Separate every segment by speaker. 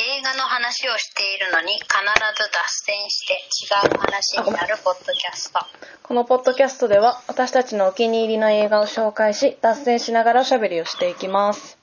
Speaker 1: 映画の話をしているのに必ず脱線して違う話になるポッドキャスト
Speaker 2: このポッドキャストでは私たちのお気に入りの映画を紹介し脱線しながらおしゃべりをしていきます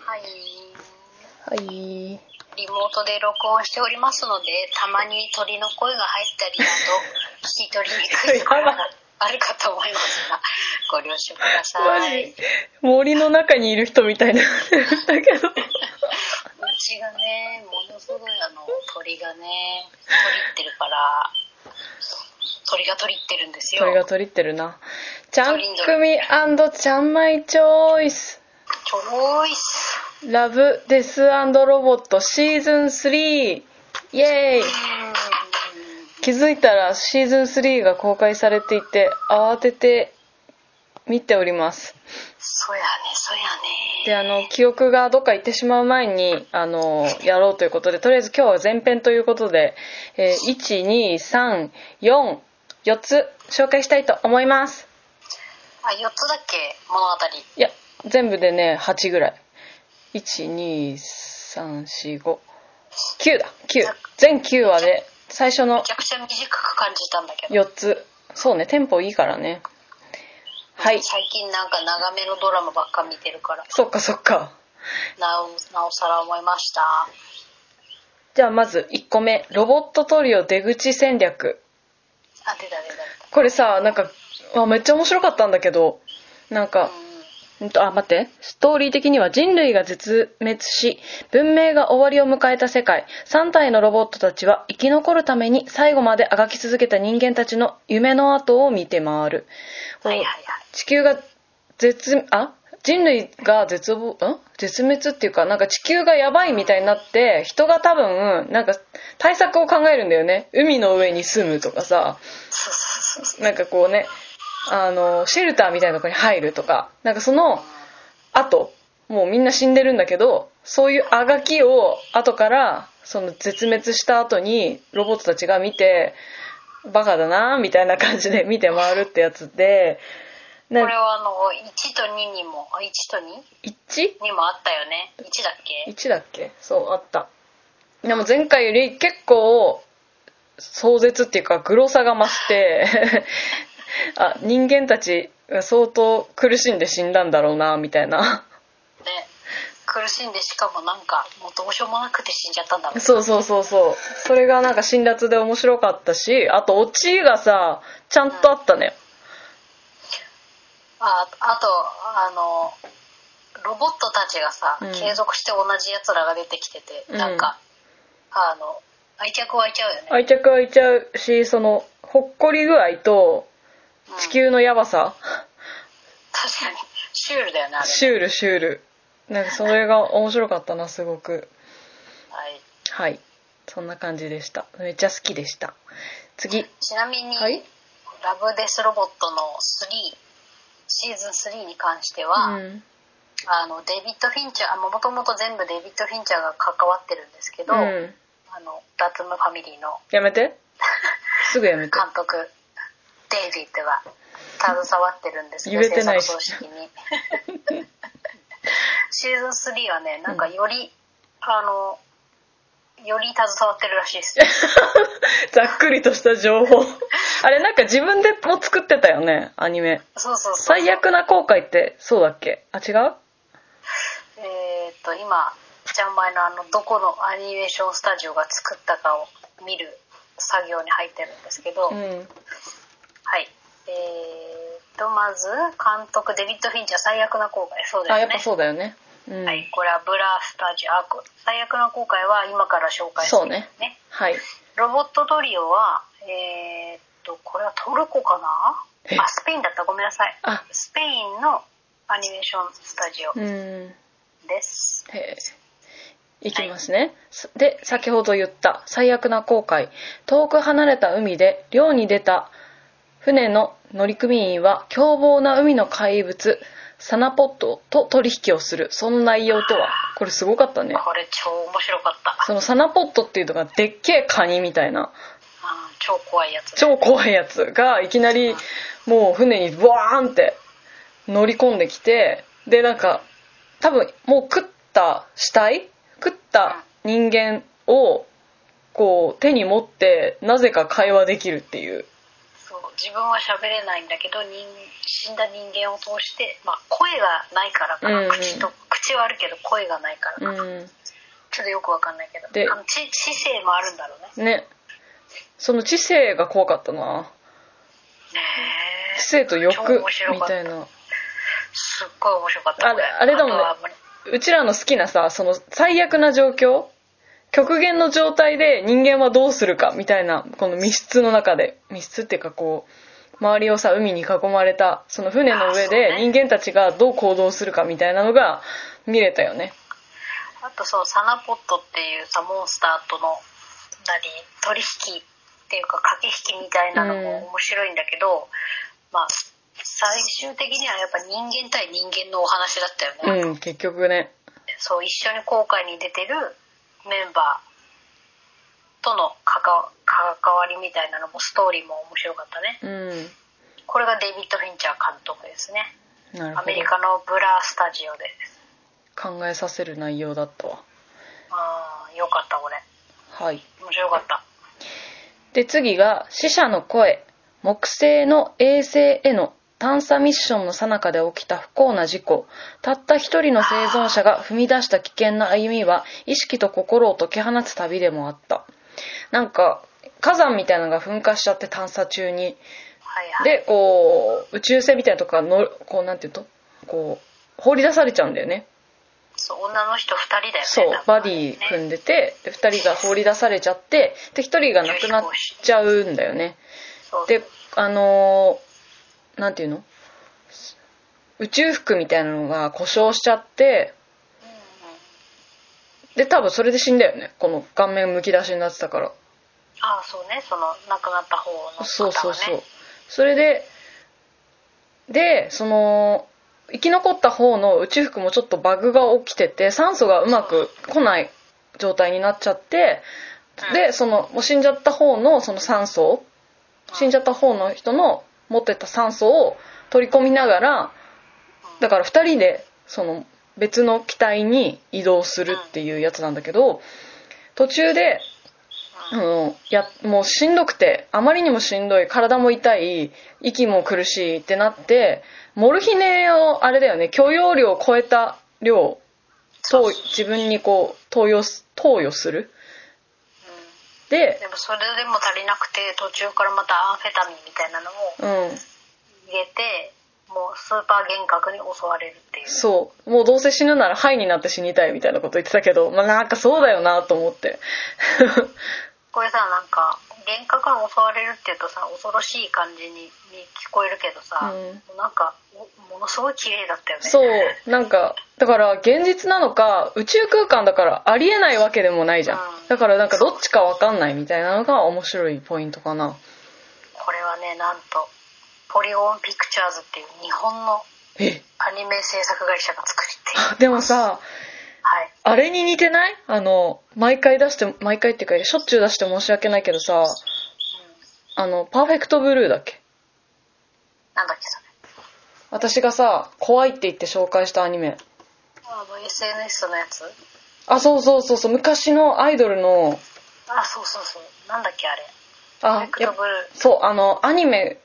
Speaker 1: はい
Speaker 2: はい
Speaker 1: リモートで録音しておりますのでたまに鳥の声が入ったりなど聞き取りにくい声があるかと思いますがご了承ください
Speaker 2: 森の中にいる人みたいになってましたけど
Speaker 1: うちがねものすごいあの鳥がね鳥ってるから鳥が鳥ってるんですよ
Speaker 2: 鳥が
Speaker 1: ち
Speaker 2: 取りってるなちゃんくみちゃんまいチョイス
Speaker 1: ょろいっす
Speaker 2: ラブデスロボットシーズン3イエーイ
Speaker 1: う
Speaker 2: 気づいたらシーズン3が公開されていて慌てて見ております
Speaker 1: んそうやねそうやね
Speaker 2: であの記憶がどっか行ってしまう前にあのやろうということでとりあえず今日は前編ということで、えー、12344つ紹介したいと思います
Speaker 1: あ4つだっけ物語
Speaker 2: いや全部でね8ぐらい12345 9だ9全9話で最初の
Speaker 1: めちゃくちゃ短く感じたんだけど
Speaker 2: 4つそうねテンポいいからねはい
Speaker 1: 最近なんか長めのドラマばっか見てるから
Speaker 2: そっかそっか
Speaker 1: なおなおさら思いました
Speaker 2: じゃあまず1個目ロボットトリオ出口戦略
Speaker 1: あ出た出た出
Speaker 2: これさなんかあめっちゃ面白かったんだけどなん
Speaker 1: た
Speaker 2: か
Speaker 1: うん
Speaker 2: うんとあ待ってストーリー的には人類が絶滅し文明が終わりを迎えた世界3体のロボットたちは生き残るために最後まであがき続けた人間たちの夢の後を見て回る、
Speaker 1: はいはいはい
Speaker 2: 地球が絶あ人類が絶望ん絶滅っていうかなんか地球がやばいみたいになって人が多分なんか対策を考えるんだよね海の上に住むとかさ
Speaker 1: そうそうそうそう
Speaker 2: なんかこうねあのシェルターみたいなとこに入るとかなんかその後もうみんな死んでるんだけどそういうあがきを後からその絶滅した後にロボットたちが見てバカだなみたいな感じで見て回るってやつでな
Speaker 1: これはあの1と2にもあ1と 2?
Speaker 2: 1?
Speaker 1: にもあったよね1だっけ
Speaker 2: 1だっけそうあったでも前回より結構壮絶っていうかグロさが増して あ人間たちが相当苦しんで死んだんだろうなみたいな
Speaker 1: ね苦しんでしかもなんかもうどうしようもなくて死んじゃったんだろう
Speaker 2: そうそうそうそうそれがなんか辛辣で面白かったしあとオチがさちゃんとあったね
Speaker 1: ああとあのロボットたちがさ、
Speaker 2: うん
Speaker 1: 継続して同じやつらが出てきてて、
Speaker 2: うん
Speaker 1: なんかあの愛着湧いちゃうよね、
Speaker 2: 愛着はいちゃうしそのほっこり具合と
Speaker 1: うん
Speaker 2: 地球のヤバさ、
Speaker 1: 確かにシュールだよねあれ
Speaker 2: シュールシュールなんかそれが面白かったなすごく
Speaker 1: はい、
Speaker 2: はいそんな感じでしためっちゃ好きでした次
Speaker 1: ちなみに、
Speaker 2: はい
Speaker 1: ラブデスロボットの3シーズン3に関しては、
Speaker 2: うん
Speaker 1: あのデビッド・フィンチャーもともと全部デビッド・フィンチャーが関わってるんですけど、
Speaker 2: うん
Speaker 1: あのラツムファミリーの
Speaker 2: やめ てすぐやめて
Speaker 1: 監督デイビッドが携わってるんですけど
Speaker 2: 揺れてないし
Speaker 1: 制作組織に シーズン3はねなんかより、あのより携わってるらしいですね
Speaker 2: ざっくりとした 情報あれなんか自分でも作ってたよねアニメ
Speaker 1: そうそうそう
Speaker 2: 最悪な後悔ってそうだっけあ違う
Speaker 1: えーっと今ジャンマイのあのどこのアニメーションスタジオが作ったかを見る作業に入ってるんですけど、
Speaker 2: うん
Speaker 1: はい。えー、と、まず、監督、デビッド・フィンチャー、最悪な後悔。そう
Speaker 2: あ
Speaker 1: だ
Speaker 2: や
Speaker 1: よ
Speaker 2: っ
Speaker 1: ね。
Speaker 2: ぱそうだよねうん
Speaker 1: は、い。これはブラスタジオ、あこ最悪な後悔は今から紹介する、
Speaker 2: そうね
Speaker 1: ね。
Speaker 2: はい
Speaker 1: ロボットトリオは、えー、と、これはトルコか
Speaker 2: え
Speaker 1: なあ、スペインだった。ごめんなさい。
Speaker 2: あ
Speaker 1: スペインのアニメーションスタジオ
Speaker 2: うんへ
Speaker 1: です。
Speaker 2: えいきますね、すで先ほど言った最悪な後悔遠く離れた海で漁に出た船の乗組員は凶暴な海の怪物サナポットと取引をするその内容とはこれすごかったね
Speaker 1: これ超面白かった。
Speaker 2: そのサナポットっていうのがでっけえカニみたいな
Speaker 1: あー超怖いやつ。
Speaker 2: 超怖いやつがいきなりもう船にワーンって乗り込んできてでなんか多分もう食った死体食った人間をこう手に持ってなぜか会話できるっていう
Speaker 1: そう自分は喋れないんだけど人死んだ人間を通して、まあ、声がないからかな、
Speaker 2: うんうん
Speaker 1: 口と口はあるけど声がないからか
Speaker 2: う
Speaker 1: な、
Speaker 2: ん
Speaker 1: ちょっとよくわかんないけど
Speaker 2: で
Speaker 1: あの知知性もあるんだろうね
Speaker 2: ねその知性が怖かったな
Speaker 1: ねえ
Speaker 2: 知性と
Speaker 1: 超
Speaker 2: 欲
Speaker 1: 面白
Speaker 2: み
Speaker 1: かった
Speaker 2: たいな
Speaker 1: すっごい面白かった
Speaker 2: あれあれだもんね
Speaker 1: あとは
Speaker 2: うちらの好きなさその最悪な状況極限の状態で人間はどうするかみたいなこの密室の中で密室っていうかこう周りをさ海に囲まれたその船の上
Speaker 1: あ
Speaker 2: で
Speaker 1: そうね
Speaker 2: 人間たちがどう行動するかみたいなのが見れたよね
Speaker 1: あとそうサナポットっていうさモンスターとの何取引っていうか駆け引きみたいなのも面白いんだけど、まあ最終的にはやっぱ人間対人間のお話だったよね、
Speaker 2: うん結局ね
Speaker 1: そう一緒に航海に出てるメンバーとの関わ関わりみたいなのもストーリーも面白かったね
Speaker 2: うん
Speaker 1: これがデイビッド・フィンチャー監督ですね
Speaker 2: なる
Speaker 1: ア
Speaker 2: ほ
Speaker 1: メリカのブラスタジオで
Speaker 2: ど考えさせる内容だったわ
Speaker 1: ああよかったこれ
Speaker 2: はい
Speaker 1: 面白かった
Speaker 2: で次が死者の声木星の衛星への探査ミッションの最中で起きた不幸な事故たった一人の生存者が踏み出した危険な歩みは意識と心を解き放つ旅でもあったなんか火山みたいなのが噴火しちゃって探査中に
Speaker 1: はいはい
Speaker 2: でこう宇宙船みたいなとこからのこうなんていうとこう放り出されちゃうんだよね
Speaker 1: そう女の人2人だよね
Speaker 2: そ
Speaker 1: 多
Speaker 2: う
Speaker 1: 分
Speaker 2: バディ組んでてで2人が放り出されちゃってで1人が亡くなっちゃうんだよね
Speaker 1: そう
Speaker 2: であのーなんていうの宇宙服みたいなのが故障しちゃって
Speaker 1: うんうん
Speaker 2: で多分それで死んだよねこの顔面むき出しになってたから
Speaker 1: ああそうねその亡くなった方の方はね
Speaker 2: そうそうそうそれででその生き残った方の宇宙服もちょっとバグが起きてて酸素がうまく来ない状態になっちゃってでそのもう死んじゃった方のその酸素死んじゃった方の人の持ってた酸素を取り込みながらだから2人でその別の機体に移動するっていうやつなんだけど途中で
Speaker 1: う
Speaker 2: あ
Speaker 1: ん
Speaker 2: のやもうしんどくてあまりにもしんどい体も痛い息も苦しいってなってモルヒネをあれだよね許容量を超えた量投自分にこう投与す投与するで
Speaker 1: でもそれでも足りなくて途中からまたアンフェタミンみたいなのを
Speaker 2: うん
Speaker 1: 入れてもうスーパー幻覚に襲われるっていう
Speaker 2: そうもうどうせ死ぬならハイになって死にたいみたいなこと言ってたけどまあなんかそうだよなと思って
Speaker 1: これさなんか幻覚に襲われるっていうとさ恐ろしい感じにに聞こえるけどさ、
Speaker 2: う
Speaker 1: なんかおものすごい綺麗だったよね
Speaker 2: そうなんかだから現実なのか宇宙空間だからありえないわけでもないじゃん
Speaker 1: うん
Speaker 2: だからなんかどっちかわかんないみたいなのが面白いポイントかな
Speaker 1: これはねなんとポリゴンピクチャーズっていう日本の
Speaker 2: え
Speaker 1: アニメ制作会社が作っている
Speaker 2: でもさ
Speaker 1: はい
Speaker 2: あれに似てないあの毎回出して毎回っていうかしょっちゅう出して申し訳ないけどさあの「パーフェクトブルー」だっけ
Speaker 1: なんだっけそれ
Speaker 2: 私がさ怖いって言って紹介したアニメ
Speaker 1: あの SNS のやつ
Speaker 2: あそうそうそうそう昔のアイドルの
Speaker 1: あそうそうそうなんだっけあれパー
Speaker 2: あ
Speaker 1: フェク
Speaker 2: や
Speaker 1: ト
Speaker 2: っ
Speaker 1: ブルー
Speaker 2: そうあのアニメ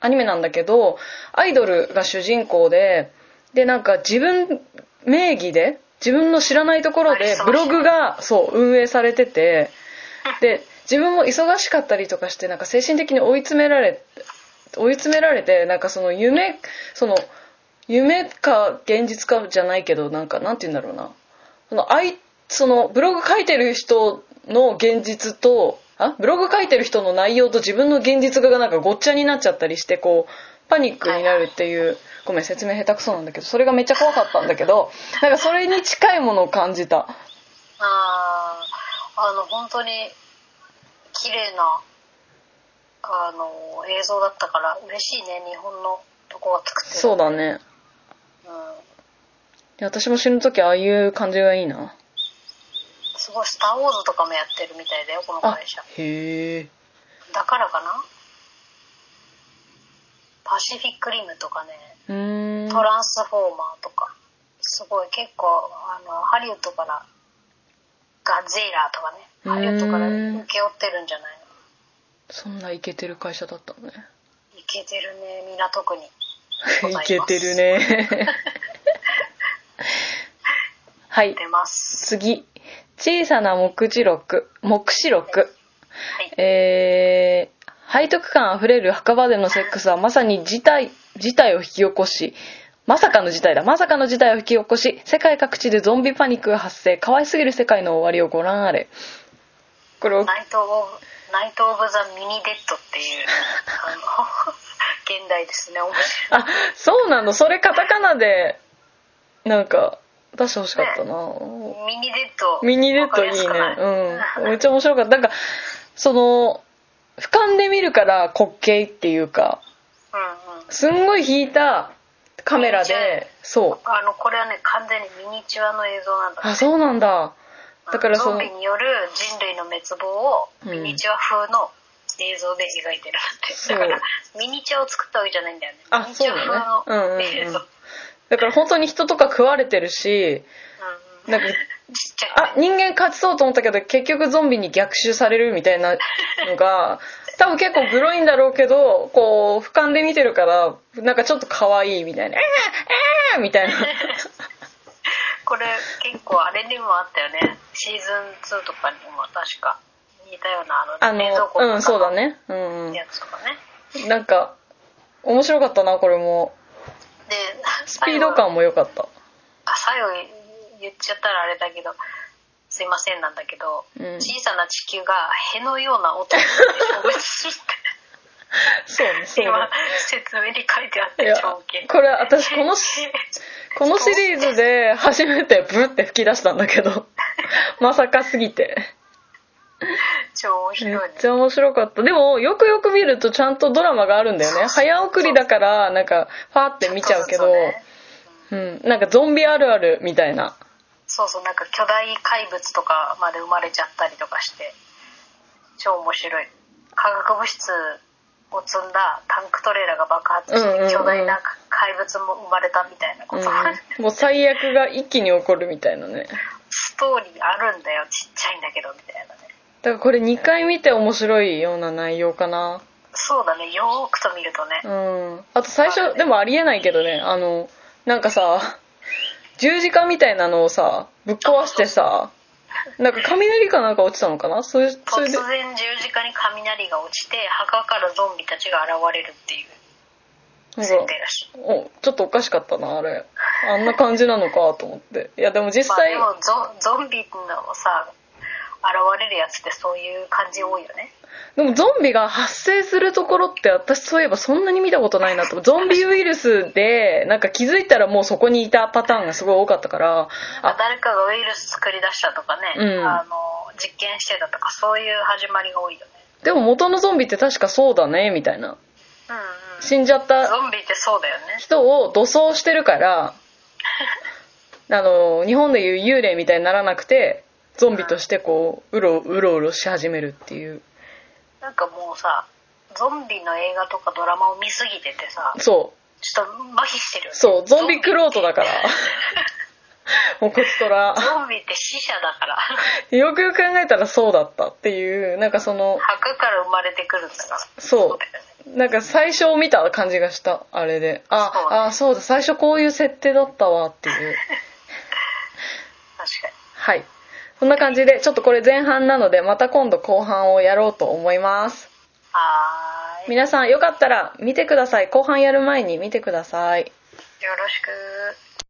Speaker 2: アニメなんだけどアイドルが主人公ででなんか自分名義で自分の知らないところ
Speaker 1: あれ
Speaker 2: で
Speaker 1: そう
Speaker 2: ブログがそう運営されててで自分も忙しかったりとかしてなんか精神的に追い詰められ追い詰められてなんかその夢その夢か現実かじゃないけどなんかなんて言うんだろうなそのあいそのブログ書いてる人の現実とあブログ書いてる人の内容と自分の現実がなんかごっちゃになっちゃったりしてこうパニックになるっていうごめん説明下手くそなんだけどそれがめっちゃ怖かったんだけどなんかそれに近いものを感じ
Speaker 1: あー
Speaker 2: た
Speaker 1: あの本当に綺麗なあの映像だったから嬉しいね日本のとこが作ってる
Speaker 2: そうだね
Speaker 1: うん、
Speaker 2: いや私も死ぬ時ああいう感じがいいな
Speaker 1: すごい「スター・ウォーズ」とかもやってるみたいだよこの
Speaker 2: あ
Speaker 1: 会社
Speaker 2: へえ
Speaker 1: だからかなパシフィック・リムとかね
Speaker 2: うーん
Speaker 1: トランスフォーマーとかすごい結構あのハリウッドからガジーラとかねハリウッドから請け負ってるんじゃない
Speaker 2: そんなイケてる会社だったのね
Speaker 1: のいけてるね港区に
Speaker 2: イケてるねはい
Speaker 1: 出ます
Speaker 2: 次小さな目次録目視録
Speaker 1: はい
Speaker 2: えー背徳感あふれる墓場でのセックスはまさに事態事態を引き起こしまさかの事態だまさかの事態を引き起こし世界各地でゾンビパニックが発生かわいすぎる世界の終わりをご覧あれこれを
Speaker 1: ナイト・オブ・ナイト・オブ・ザ・ミニ・デッドって いうあの 現代ですね面白い
Speaker 2: あそうなのそれカタカナでなんか出してほしかったな、
Speaker 1: ミニデッド
Speaker 2: ミニネットいいね うんめっちゃ面白かったなんかその俯瞰で見るから滑稽っていうか
Speaker 1: うんうん
Speaker 2: すんごい引いたカメラでそう
Speaker 1: あのこれはね完全にミニチュアの映像なんだ
Speaker 2: あそうなんだだからそ
Speaker 1: ゾン
Speaker 2: の
Speaker 1: ビによる人類の滅亡をミニチュア風の映像で描いてるって、
Speaker 2: そう
Speaker 1: だからミニチュアを作ったわけじゃないんだよね
Speaker 2: あ
Speaker 1: ミニチュア風の映像
Speaker 2: そうだねうんうんうんだから本当に人とか食われてるし
Speaker 1: うんうん
Speaker 2: なんか
Speaker 1: ちっちゃい
Speaker 2: あ人間勝ちそうと思ったけど結局ゾンビに逆襲されるみたいな のが多分結構グロいんだろうけどこう俯瞰で見てるからなんかちょっと可愛いみたいな「えー、えー、み たいな
Speaker 1: これ結構あれにもあったよねシーズン2とかにも確か似たようなあ
Speaker 2: あ
Speaker 1: の冷蔵
Speaker 2: の
Speaker 1: 庫
Speaker 2: う
Speaker 1: の
Speaker 2: んそう
Speaker 1: 中
Speaker 2: だねうんう
Speaker 1: のやつとかね、
Speaker 2: んなんか面白かったなこれも
Speaker 1: で
Speaker 2: スピード感も良かった
Speaker 1: あ最後言っちゃったらあれだけどすいませんなんだけど、
Speaker 2: うん
Speaker 1: 小さな地球がへのような 音で消滅するっ
Speaker 2: そうねそ
Speaker 1: て
Speaker 2: う
Speaker 1: 今
Speaker 2: ね
Speaker 1: 説明に書いてあっ
Speaker 2: い
Speaker 1: て
Speaker 2: や
Speaker 1: 超大きい
Speaker 2: これ私この このシリーズで初めてブって吹き出したんだけ どまさかすぎて
Speaker 1: 超面白
Speaker 2: め
Speaker 1: い
Speaker 2: っ
Speaker 1: ね
Speaker 2: ちゃ面白かったでもよくよく見るとちゃんとドラマがあるんだよね早送りだからなんかファーって見ちゃうけど
Speaker 1: そうそうね
Speaker 2: うん、なんかゾンビあるあるみたいな
Speaker 1: そうそうなんか巨大怪物とかまで生まれちゃったりとかして超面白い化学物質を積んだタンクトレーラーが爆発して、
Speaker 2: うんうんうん
Speaker 1: 巨大な怪物も生まれたみたいなこ
Speaker 2: う
Speaker 1: と、
Speaker 2: ん、もう最悪が一気に起こるみたいなね
Speaker 1: ストーリーあるんだよちっちゃいんだけどみたいなね
Speaker 2: だからこれ2回見て面白いような内容かな
Speaker 1: そうだねよーくと見るとね、
Speaker 2: うんあと最初でもありえないけどねあのなんかさ十字架みたいなのをさぶっ壊してさなんか雷かなんか落ちたのかなそれそ
Speaker 1: 突
Speaker 2: れで
Speaker 1: 然十字架に雷が落ちて墓からゾンビたちが現れるっていう設
Speaker 2: なんか
Speaker 1: 定らしい、
Speaker 2: おちょっとおかしかったなあれあんな感じなのかと思っていやでも実
Speaker 1: ま
Speaker 2: 際、
Speaker 1: あ、でもゾゾンビのさ現れるやつってそういう感じ多いよね
Speaker 2: でもゾンビが発生するところって私そういえばそんなに見たことないなと思うゾンビウイルスでなんか気づいたらもうそこにいたパターンがすごい多かったから
Speaker 1: まあ
Speaker 2: あ
Speaker 1: 誰かがウイルス作り出したとかね、
Speaker 2: うん
Speaker 1: あの実験してたとかそういう始まりが多いよね
Speaker 2: でも元のゾンビって確かそうだねみたいな
Speaker 1: うんうん
Speaker 2: 死んじゃった
Speaker 1: ゾンビってそうだよね
Speaker 2: 人を土葬してるからあの日本でいう幽霊みたいにならなくてゾンビとしてこううろうろうろし始めるっていう
Speaker 1: なんかもうさゾンビの映画とかドラマを見すぎててさ
Speaker 2: そう
Speaker 1: ちょっと麻痺してるよね
Speaker 2: そうゾンビクロートだからもうこちとら
Speaker 1: ゾンビって死者だから
Speaker 2: よくよく考えたらそうだったっていうなんかその
Speaker 1: 墓から生まれてくるんだから
Speaker 2: そ
Speaker 1: だよね
Speaker 2: うなんか最初を見た感じがしたあれであ
Speaker 1: そう
Speaker 2: あそうだ最初こういう設定だったわっていう
Speaker 1: 確かに
Speaker 2: はいそんな感じでちょっとこれ前半なのでまた今度後半をやろうと思います
Speaker 1: はーいよ
Speaker 2: 皆さんよかったら見てください後半やる前に見てください
Speaker 1: ろしく